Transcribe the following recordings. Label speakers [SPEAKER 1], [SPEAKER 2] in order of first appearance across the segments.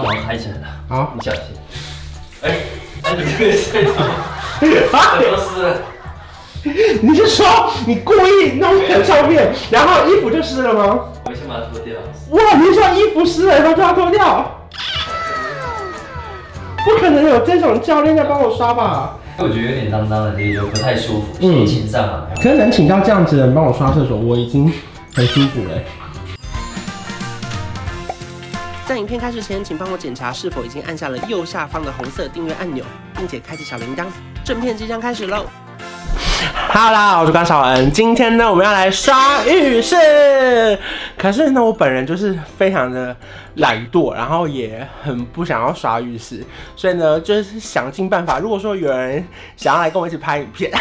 [SPEAKER 1] 抬哦起来了，
[SPEAKER 2] 好
[SPEAKER 1] 你小心。哎，哎，你这个是什么？螺丝了。
[SPEAKER 2] 你是说你故意弄成照片，然后衣服就湿了吗？
[SPEAKER 1] 我先把它脱掉。
[SPEAKER 2] 哇，你是说衣服湿了然后就要脱掉？不可能有这种教练在帮我刷吧？
[SPEAKER 1] 我觉得有点脏脏的，这就不太舒服，心
[SPEAKER 2] 嗯
[SPEAKER 1] 情上啊。
[SPEAKER 2] 可是能请到这样子的人帮我刷厕所，我已经很舒服了。欸
[SPEAKER 3] 在影片开始前，请帮我检查是否已经按下了右下方的红色订阅按钮，并且开启小铃铛。正片即将开始喽！
[SPEAKER 2] 哈喽，大家好，我是关少恩。今天呢，我们要来刷浴室。可是呢，我本人就是非常的懒惰，然后也很不想要刷浴室，所以呢，就是想尽办法。如果说有人想要来跟我一起拍影片，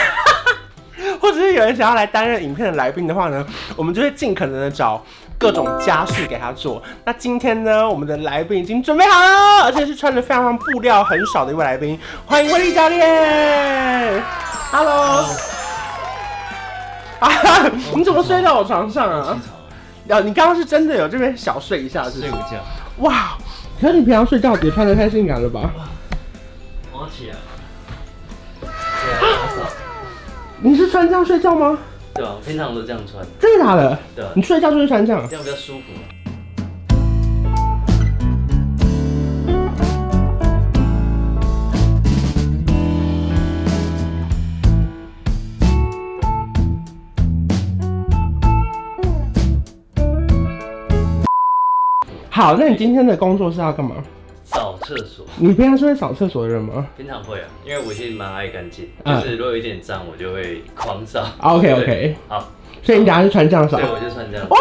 [SPEAKER 2] 或者是有人想要来担任影片的来宾的话呢，我们就会尽可能的找各种家事给他做。那今天呢，我们的来宾已经准备好了，而且是穿着非常布料很少的一位来宾，欢迎威力教练。Hello。啊！ 你怎么睡在我床上
[SPEAKER 1] 嗯
[SPEAKER 2] 啊？啊，你刚刚是真的有这边小睡一下是不
[SPEAKER 1] 睡
[SPEAKER 2] 是
[SPEAKER 1] 午？觉，
[SPEAKER 2] 哇！可是你平常睡觉别穿的太性感了吧？
[SPEAKER 1] 我起来了。对啊，打扫
[SPEAKER 2] 你是穿这样睡觉吗？
[SPEAKER 1] 对吧？我平常都这样穿，
[SPEAKER 2] 真的假的？
[SPEAKER 1] 对吧
[SPEAKER 2] 你？睡觉就是穿这样？
[SPEAKER 1] 这样比较舒服嘛。
[SPEAKER 2] 好，那你今天的工作是要干嘛？
[SPEAKER 1] 扫厕所，
[SPEAKER 2] 你平常是会扫厕所的人吗
[SPEAKER 1] 平常会啊，因为我其实蛮爱干净，
[SPEAKER 2] 嗯
[SPEAKER 1] 就是如果有一点脏，我就会狂扫。
[SPEAKER 2] 啊？OK
[SPEAKER 1] 对
[SPEAKER 2] OK，
[SPEAKER 1] 好，
[SPEAKER 2] 所以你等下是穿这样扫
[SPEAKER 1] 对，。我就穿这样，
[SPEAKER 2] 哇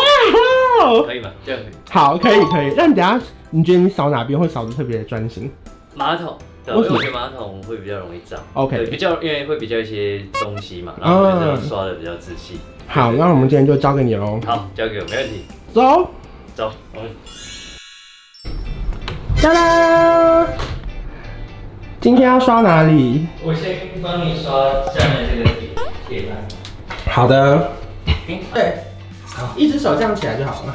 [SPEAKER 2] 哦！
[SPEAKER 1] 可以吗？这样可以。
[SPEAKER 2] 好，可以可以。那你等下，你觉得你扫哪边会扫的特别专心？
[SPEAKER 1] 马桶，对，因为
[SPEAKER 2] 为什么
[SPEAKER 1] 我觉得马桶会比较容易脏。
[SPEAKER 2] OK
[SPEAKER 1] 对，比较因为会比较一些东西嘛，然后我就刷的比较仔细。
[SPEAKER 2] 好，那我们今天就交给你喽。
[SPEAKER 1] 好，交给我，没问题。
[SPEAKER 2] 走，
[SPEAKER 1] 走，我们
[SPEAKER 2] 哒啦！今天要刷哪里？
[SPEAKER 1] 我先帮你刷下面这个铁铁栏。
[SPEAKER 2] 好的
[SPEAKER 1] 诶。
[SPEAKER 2] 对，一只手这样起来就好了。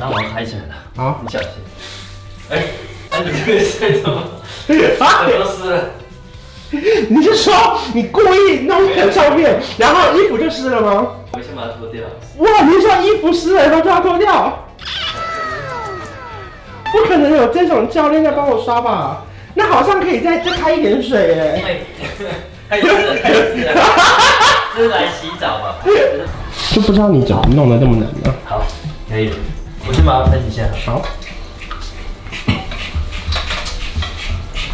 [SPEAKER 1] 那我抬起来了，
[SPEAKER 2] 好，
[SPEAKER 1] 你小心。哎、哎，你这个是怎么？
[SPEAKER 2] 啊
[SPEAKER 1] 螺丝了。
[SPEAKER 2] 你是说你故意弄成照片，然后衣服就湿了吗？
[SPEAKER 1] 我先把它脱掉。
[SPEAKER 2] 哇，你是说衣服湿了然后就要脱掉？不可能有这种教练在帮我刷吧？那好像可以再再开一点水耶。
[SPEAKER 1] 哎， 开始了，开始了。这是来洗澡 吧？
[SPEAKER 2] 就不知道你怎么弄得这么难呢、
[SPEAKER 1] 好，可以了。我先把它喷一下。
[SPEAKER 2] 好，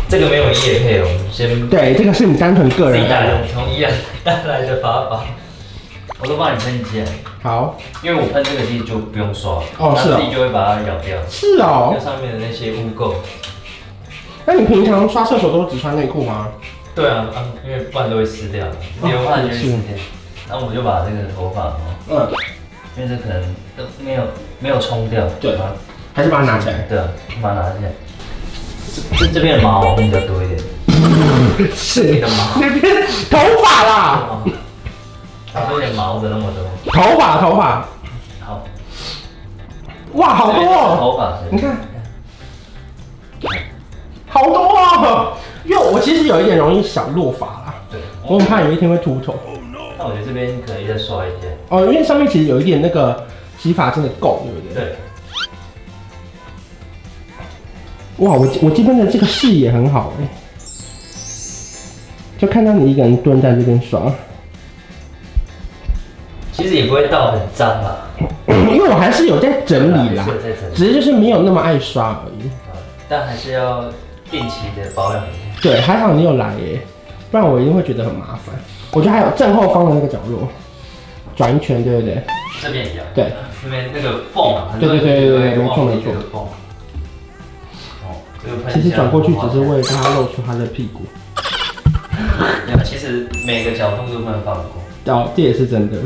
[SPEAKER 1] 这个没有液配哦，我们先
[SPEAKER 2] 对，这个是你单纯个
[SPEAKER 1] 自
[SPEAKER 2] 人
[SPEAKER 1] 己带
[SPEAKER 2] 的。
[SPEAKER 1] 的，从宜兰带来的法宝，我都帮你喷一下，
[SPEAKER 2] 好，
[SPEAKER 1] 因为我喷这个其实就不用刷，
[SPEAKER 2] 哦
[SPEAKER 1] 它
[SPEAKER 2] 是哦
[SPEAKER 1] 自己就会把它咬掉，
[SPEAKER 2] 是哦
[SPEAKER 1] 那。上面的那些污垢。
[SPEAKER 2] 那你平常刷厕所都只穿内裤吗？
[SPEAKER 1] 对啊，啊，因为不然都会湿掉，流汗就会湿
[SPEAKER 2] 哦
[SPEAKER 1] 掉。然后我就把这个头发哦，
[SPEAKER 2] 嗯，
[SPEAKER 1] 因为这可能都没有没有冲掉，
[SPEAKER 2] 对
[SPEAKER 1] 啊，
[SPEAKER 2] 还是把它拿起来。
[SPEAKER 1] 对啊，把它拿下来。这这这边的毛会比较多一点，
[SPEAKER 2] 是
[SPEAKER 1] 你的毛
[SPEAKER 2] 那边头发啦，
[SPEAKER 1] 啊，它有点毛的那么多。
[SPEAKER 2] 头发头发，
[SPEAKER 1] 好，
[SPEAKER 2] 哇，好多
[SPEAKER 1] 这边是
[SPEAKER 2] 哦，
[SPEAKER 1] 头发，
[SPEAKER 2] 你看，好多哦。因为我其实有一点容易小落发啦，
[SPEAKER 1] 对，
[SPEAKER 2] 我很怕有一天会秃头
[SPEAKER 1] 那我觉得这边可以再刷一下。
[SPEAKER 2] 哦，因为上面其实有一点那个洗发精的垢，对不对？
[SPEAKER 1] 对，
[SPEAKER 2] 哇，我我这边的这个视野很好哎、就看到你一个人蹲在这边 刷，
[SPEAKER 1] 其实也不会到很脏啦，
[SPEAKER 2] 因为我还是有在整理啦
[SPEAKER 1] 还是，有在整理，
[SPEAKER 2] 只是就是没有那么爱刷而已。
[SPEAKER 1] 呃但还是要定期的保养一下。
[SPEAKER 2] 对，还好你有来耶，不然我一定会觉得很麻烦。我觉得还有正后方的那个角落，转一圈，对不对？
[SPEAKER 1] 这边一样，
[SPEAKER 2] 对，
[SPEAKER 1] 那边那个缝啊，很
[SPEAKER 2] 对
[SPEAKER 1] 多人
[SPEAKER 2] 对对对对
[SPEAKER 1] 都会
[SPEAKER 2] 没错
[SPEAKER 1] 忘
[SPEAKER 2] 没
[SPEAKER 1] 记
[SPEAKER 2] 错
[SPEAKER 1] 这个缝。哦，这个喷
[SPEAKER 2] 其
[SPEAKER 1] 一
[SPEAKER 2] 实
[SPEAKER 1] 下
[SPEAKER 2] 转过去只是为了让它露出它的屁股。
[SPEAKER 1] 没有其实每个角度都不能放过。
[SPEAKER 2] 哦，这也是真的。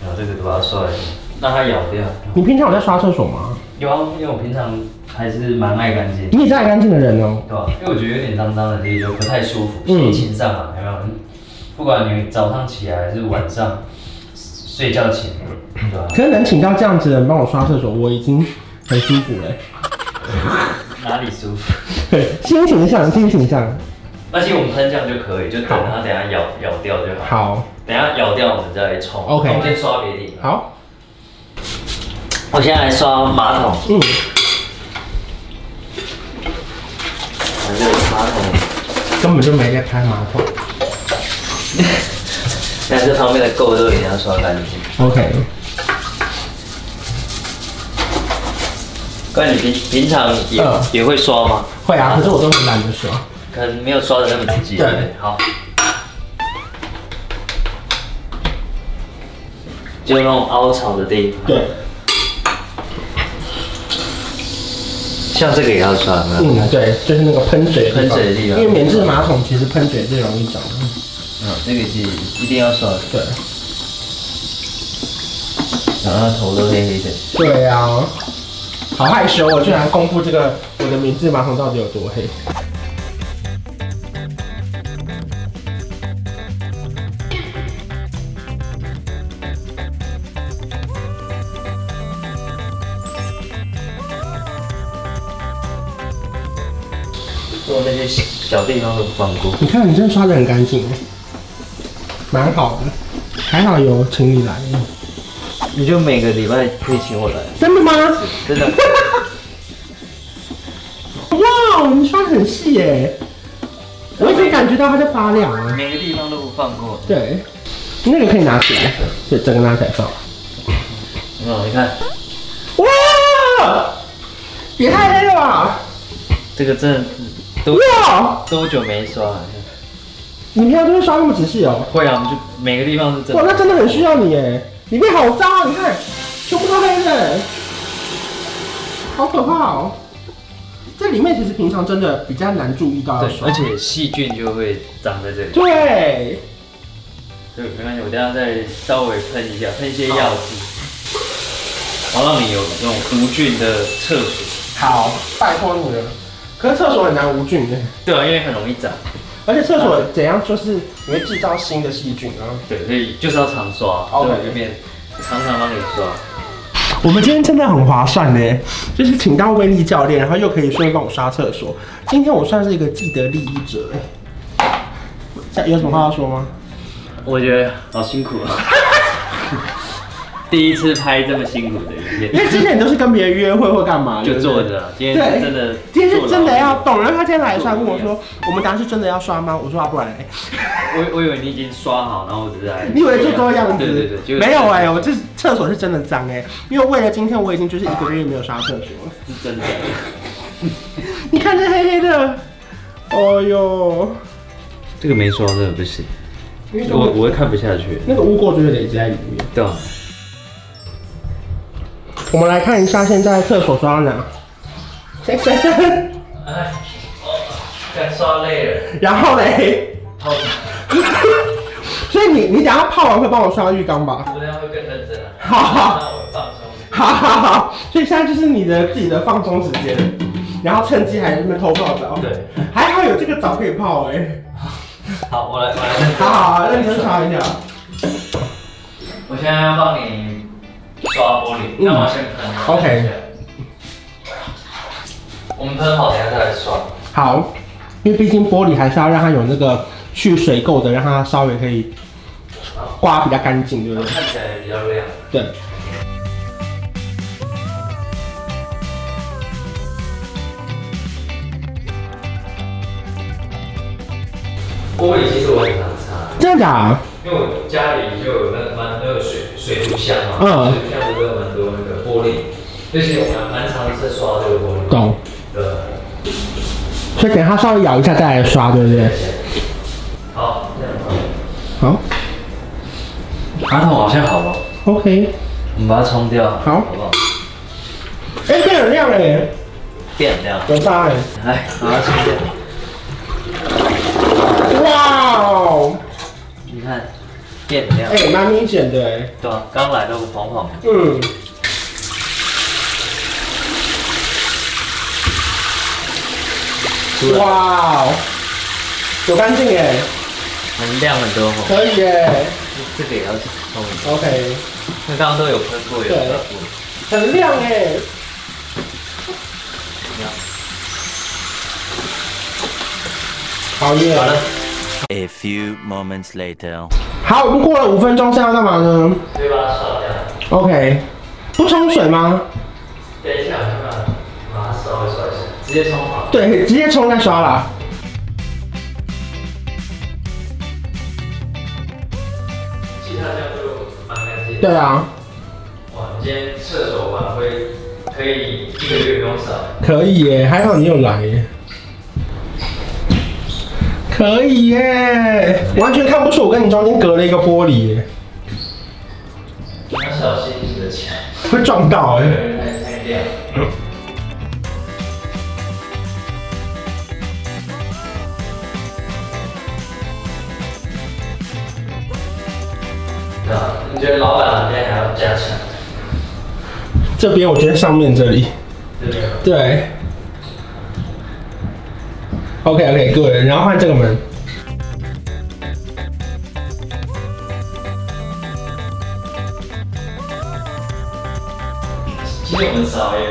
[SPEAKER 1] 然后这个都把它刷一下，让它咬掉。
[SPEAKER 2] 你平常有在刷厕所吗？
[SPEAKER 1] 有啊，因为我平常还是蛮爱干净，
[SPEAKER 2] 你也是爱干净的人哦。
[SPEAKER 1] 对吧？因为我觉得有点脏脏的，这就不太舒服，心
[SPEAKER 2] 嗯
[SPEAKER 1] 情上嘛，有没有？不管你早上起来还是晚上睡觉前，对吧？
[SPEAKER 2] 可是能请到这样子的人帮我刷厕所，我已经很舒服了。
[SPEAKER 1] 哪里舒服？
[SPEAKER 2] 对，心情上，心情上，
[SPEAKER 1] 而且我们喷酱就可以，就等它等下咬咬掉就好。
[SPEAKER 2] 好，
[SPEAKER 1] 等下咬掉我们再冲。
[SPEAKER 2] OK
[SPEAKER 1] 我们先刷别的地方。
[SPEAKER 2] 好，
[SPEAKER 1] 我现在来刷马桶，
[SPEAKER 2] 嗯，
[SPEAKER 1] 反正马桶，
[SPEAKER 2] 根本就没在拍马桶。
[SPEAKER 1] 但这方面的垢都一定要刷干净。
[SPEAKER 2] OK，
[SPEAKER 1] 关你平平常也、
[SPEAKER 2] 嗯
[SPEAKER 1] 也会刷吗？
[SPEAKER 2] 会啊，可是我都很懒得说。
[SPEAKER 1] 可能没有刷的那么仔细。
[SPEAKER 2] 对
[SPEAKER 1] 不好。就那种凹槽的地方，
[SPEAKER 2] 对，
[SPEAKER 1] 像这个也要刷吗？
[SPEAKER 2] 嗯，对，就是那个喷水
[SPEAKER 1] 喷水的地方
[SPEAKER 2] 因为免治马桶其实喷水最容易长。
[SPEAKER 1] 嗯，那个是一定要刷的，
[SPEAKER 2] 对，
[SPEAKER 1] 然后头都黑黑的。
[SPEAKER 2] 对啊，好害羞，哦我居然公布这个我的免治马桶到底有多黑。
[SPEAKER 1] 做那些小地方都放过。
[SPEAKER 2] 你看，你真的刷的很干净，啊蛮好的，还好有请你来。
[SPEAKER 1] 你就每个礼拜可以请我来，
[SPEAKER 2] 真的吗？
[SPEAKER 1] 真的。
[SPEAKER 2] 哇，你刷得很细耶，我已经感觉到它在发亮了。
[SPEAKER 1] 每个地方都不放过。
[SPEAKER 2] 对，那个可以拿起来，对，整个拿起来放。
[SPEAKER 1] 嗯，你看
[SPEAKER 2] 哇，也太黑了吧！
[SPEAKER 1] 这个真的多
[SPEAKER 2] 哇，
[SPEAKER 1] 多久没刷了？
[SPEAKER 2] 你平常都会刷那么仔细哦？
[SPEAKER 1] 会啊，我们就每个地方是真
[SPEAKER 2] 哇，那
[SPEAKER 1] 的。
[SPEAKER 2] 真的很需要你耶！里面好脏啊，你看，全部都黑的，好可怕哦。这里面其实平常真的比较难注意到要
[SPEAKER 1] 对，
[SPEAKER 2] 刷
[SPEAKER 1] 而。且细菌就会长在这里。
[SPEAKER 2] 对，
[SPEAKER 1] 对，没关系，我等一下再稍微喷一下，喷一些药剂，好让你有那种无菌的厕所。
[SPEAKER 2] 好，拜托你了。可是厕所很难无菌的，
[SPEAKER 1] 对啊，因为很容易长。
[SPEAKER 2] 而且厕所怎样就是你会制造新的细菌啊。
[SPEAKER 1] 对，所以就是要常刷，
[SPEAKER 2] OK
[SPEAKER 1] 对，就变常常帮你刷。
[SPEAKER 2] 我们今天真的很划算呢，就是请到威力教练，然后又可以顺便帮我刷厕所。今天我算是一个既得利益者哎。有什么话要说吗？
[SPEAKER 1] 我觉得好辛苦啊， 第一次拍这么辛苦的影
[SPEAKER 2] 因
[SPEAKER 1] 片，
[SPEAKER 2] 为之前你都是跟别人约会或干嘛，
[SPEAKER 1] 就
[SPEAKER 2] 对不
[SPEAKER 1] 坐
[SPEAKER 2] 对。哎
[SPEAKER 1] 着啊。今天是真的，
[SPEAKER 2] 今天是真的要。动，然后他今天来的时候还问我说：“我们等下是真的要刷吗？”我说：“啊，不然嘞。
[SPEAKER 1] 我我以为你已经刷好，然后我只是来。
[SPEAKER 2] 你以为就这样子？
[SPEAKER 1] 对对对，就是
[SPEAKER 2] 没有哎、我这厕所是真的脏哎、因为为了今天我已经就是一个月没有刷厕所了。
[SPEAKER 1] 是真的。
[SPEAKER 2] 你看这黑黑的，哦呦，
[SPEAKER 1] 这个没刷真的不行，我我会看不下去。
[SPEAKER 2] 那个污垢就是累积在里面。
[SPEAKER 1] 对啊，
[SPEAKER 2] 我们来看一下现在厕所刷到哪。谁谁谁？
[SPEAKER 1] 哎，该刷累了，
[SPEAKER 2] 然后嘞，
[SPEAKER 1] 好，
[SPEAKER 2] 所以你你等一下泡完会帮我刷浴缸吧？
[SPEAKER 1] 我等下会更认真啊。
[SPEAKER 2] 好好
[SPEAKER 1] 那我放松。
[SPEAKER 2] 好好好，所以现在就是你的自己的放松时间，然后趁机还在那边偷泡澡。
[SPEAKER 1] 对，
[SPEAKER 2] 还好有这个澡可以泡哎、
[SPEAKER 1] 好，我来我来。
[SPEAKER 2] 好好好，那你就刷一下。
[SPEAKER 1] 我现在要帮你刷玻璃，那我先喷。
[SPEAKER 2] OK
[SPEAKER 1] 我们喷好，等一下再来刷。
[SPEAKER 2] 好，因为毕竟玻璃还是要让它有那个去水垢的，让它稍微可以刮比较干净，对不对？
[SPEAKER 1] 看起来比较亮。
[SPEAKER 2] 对。
[SPEAKER 1] 玻璃其实我很常擦，
[SPEAKER 2] 真的假
[SPEAKER 1] 因为我家里就有那蛮多水水族箱嘛，
[SPEAKER 2] 嗯
[SPEAKER 1] 水族箱不是有蛮多那个玻璃，就是我蛮蛮常是刷这个玻璃。
[SPEAKER 2] 的？懂。
[SPEAKER 1] 对。
[SPEAKER 2] 所以等它稍微咬一下再来刷，对不对？
[SPEAKER 1] 好，这样吧。
[SPEAKER 2] 好
[SPEAKER 1] 马桶好像好了，
[SPEAKER 2] ，OK。
[SPEAKER 1] 我们把它冲掉，
[SPEAKER 2] 好
[SPEAKER 1] 好不好？
[SPEAKER 2] 哎、变很亮哎、
[SPEAKER 1] 变这样，
[SPEAKER 2] 有刷哎、
[SPEAKER 1] 来，把它冲掉。
[SPEAKER 2] 哇哦，
[SPEAKER 1] 你看，变这样
[SPEAKER 2] 哎、，蛮明显的哎、
[SPEAKER 1] 对吧？刚来都黄黄的，
[SPEAKER 2] 嗯。
[SPEAKER 1] 出来
[SPEAKER 2] 哇哦，有干净哎，
[SPEAKER 1] 很亮很多哦。
[SPEAKER 2] 可以哎、
[SPEAKER 1] 这个也要冲一下，
[SPEAKER 2] o k
[SPEAKER 1] 那刚刚都有喷过，有
[SPEAKER 2] 对
[SPEAKER 1] 喷过。
[SPEAKER 2] 很亮哎、
[SPEAKER 1] 你这样。
[SPEAKER 2] 好耶！
[SPEAKER 1] 好了，
[SPEAKER 4] A few moments later.
[SPEAKER 2] 好，我们过了五分钟是要干嘛呢
[SPEAKER 1] 所以把它烧掉。
[SPEAKER 2] ？OK，不冲水吗？
[SPEAKER 1] 等一下，我看看，把它烧一烧一下，直接冲好。
[SPEAKER 2] 对，直接冲再刷啦。
[SPEAKER 1] 其他这样就蛮干净。
[SPEAKER 2] 对。啊，
[SPEAKER 1] 哇，你今天厕所晚会可以一个月不用扫。
[SPEAKER 2] 可以耶，还好你有来耶。可以耶，完全看不出我跟你中间隔了一个玻璃耶，
[SPEAKER 1] 你要小心你的墙，
[SPEAKER 2] 会撞到
[SPEAKER 1] 有
[SPEAKER 2] 哎。
[SPEAKER 1] 人太太亮。啊，你觉得老板那边还要加强？
[SPEAKER 2] 这边我觉得上面这里，
[SPEAKER 1] 对不对？
[SPEAKER 2] 对。OK OK good，然后换这个门。
[SPEAKER 1] 其实我们扫也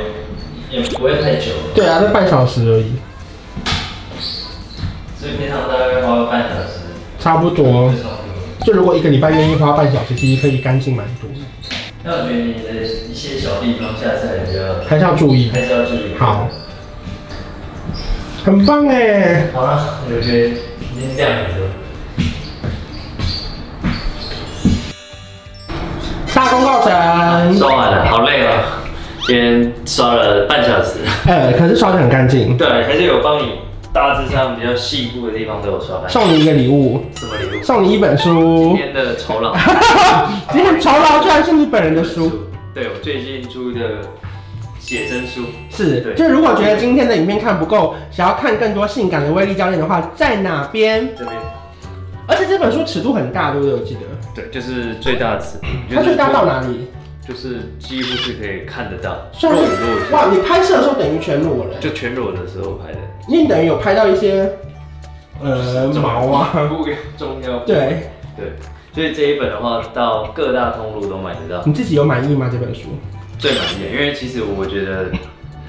[SPEAKER 1] 也不会太久，
[SPEAKER 2] 对啊，这半小时而已，
[SPEAKER 1] 所以平常大概花个半小时
[SPEAKER 2] 差不
[SPEAKER 1] 就。
[SPEAKER 2] 多
[SPEAKER 1] 扫除。
[SPEAKER 2] 就如果一个礼拜愿意花半小时，其实可以干净蛮多，
[SPEAKER 1] 那我觉得你的一些小地方下次还是要
[SPEAKER 2] 还是要注意。
[SPEAKER 1] 还是要注意。
[SPEAKER 2] 好很棒哎，
[SPEAKER 1] 好了，我觉得已经这样子了。
[SPEAKER 2] 大功告成。
[SPEAKER 1] 刷完了，好累哦，今天刷了半小 时。
[SPEAKER 2] 呃，可是刷的很干净，
[SPEAKER 1] 对，还是有帮你大致上比较细部的地方都有刷干净。
[SPEAKER 2] 送你一个礼物，
[SPEAKER 1] 什么礼物？
[SPEAKER 2] 送你一本
[SPEAKER 1] 今
[SPEAKER 2] 书。
[SPEAKER 1] 天的酬 劳。
[SPEAKER 2] 今天酬劳居然是你本人的书，。
[SPEAKER 1] 对我最近出的写真书，
[SPEAKER 2] 是。
[SPEAKER 1] 对
[SPEAKER 2] 就如果觉得今天的影片看不够，想要看更多性感的威力教练的话，在哪边？
[SPEAKER 1] 这边
[SPEAKER 2] 而且这本书尺度很大，对不对？我记得
[SPEAKER 1] 对，就是最大尺度。
[SPEAKER 2] 它最大到？哪里？
[SPEAKER 1] 就是几乎是可以看得到
[SPEAKER 2] 算
[SPEAKER 1] 裸
[SPEAKER 2] 是
[SPEAKER 1] 露
[SPEAKER 2] 哇，
[SPEAKER 1] 的，
[SPEAKER 2] 你拍摄的时候等于全裸了，
[SPEAKER 1] 就全裸的时候 拍的。
[SPEAKER 2] 因为你等于有拍到一些呃毛啊，
[SPEAKER 1] 不重要。
[SPEAKER 2] 对。
[SPEAKER 1] 对，所以这一本的话，到各大通路都买得到。
[SPEAKER 2] 你自己有满意吗？这本书？
[SPEAKER 1] 最满意的，因为其实我觉得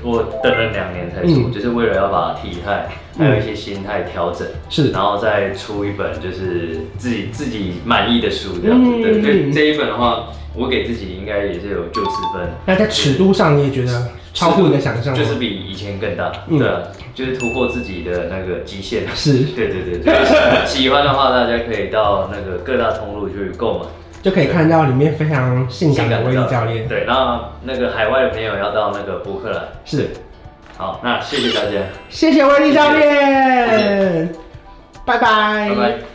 [SPEAKER 1] 我等了两年才出，
[SPEAKER 2] 嗯
[SPEAKER 1] 就是为了要把体态还有一些心态调整，
[SPEAKER 2] 是
[SPEAKER 1] 然后再出一本就是自己自己满意的书这样子。
[SPEAKER 2] 嗯
[SPEAKER 1] 对
[SPEAKER 2] 嗯
[SPEAKER 1] 对，这一本的话，我给自己应该也是有九十分，
[SPEAKER 2] 那在尺度上，你也觉得超乎你的想象吗？
[SPEAKER 1] 就是比以前更大，
[SPEAKER 2] 嗯
[SPEAKER 1] 对啊，就是突破自己的那个极限。
[SPEAKER 2] 是
[SPEAKER 1] 对对对对，喜欢的话大家可以到那个各大通路去购买。
[SPEAKER 2] 就可以看到里面非常性感的威力教练。
[SPEAKER 1] 对，那那个海外的朋友要到那个博客来。
[SPEAKER 2] 是，
[SPEAKER 1] 好，那谢谢大家，
[SPEAKER 2] 谢谢威力教练，拜拜，
[SPEAKER 1] 拜拜。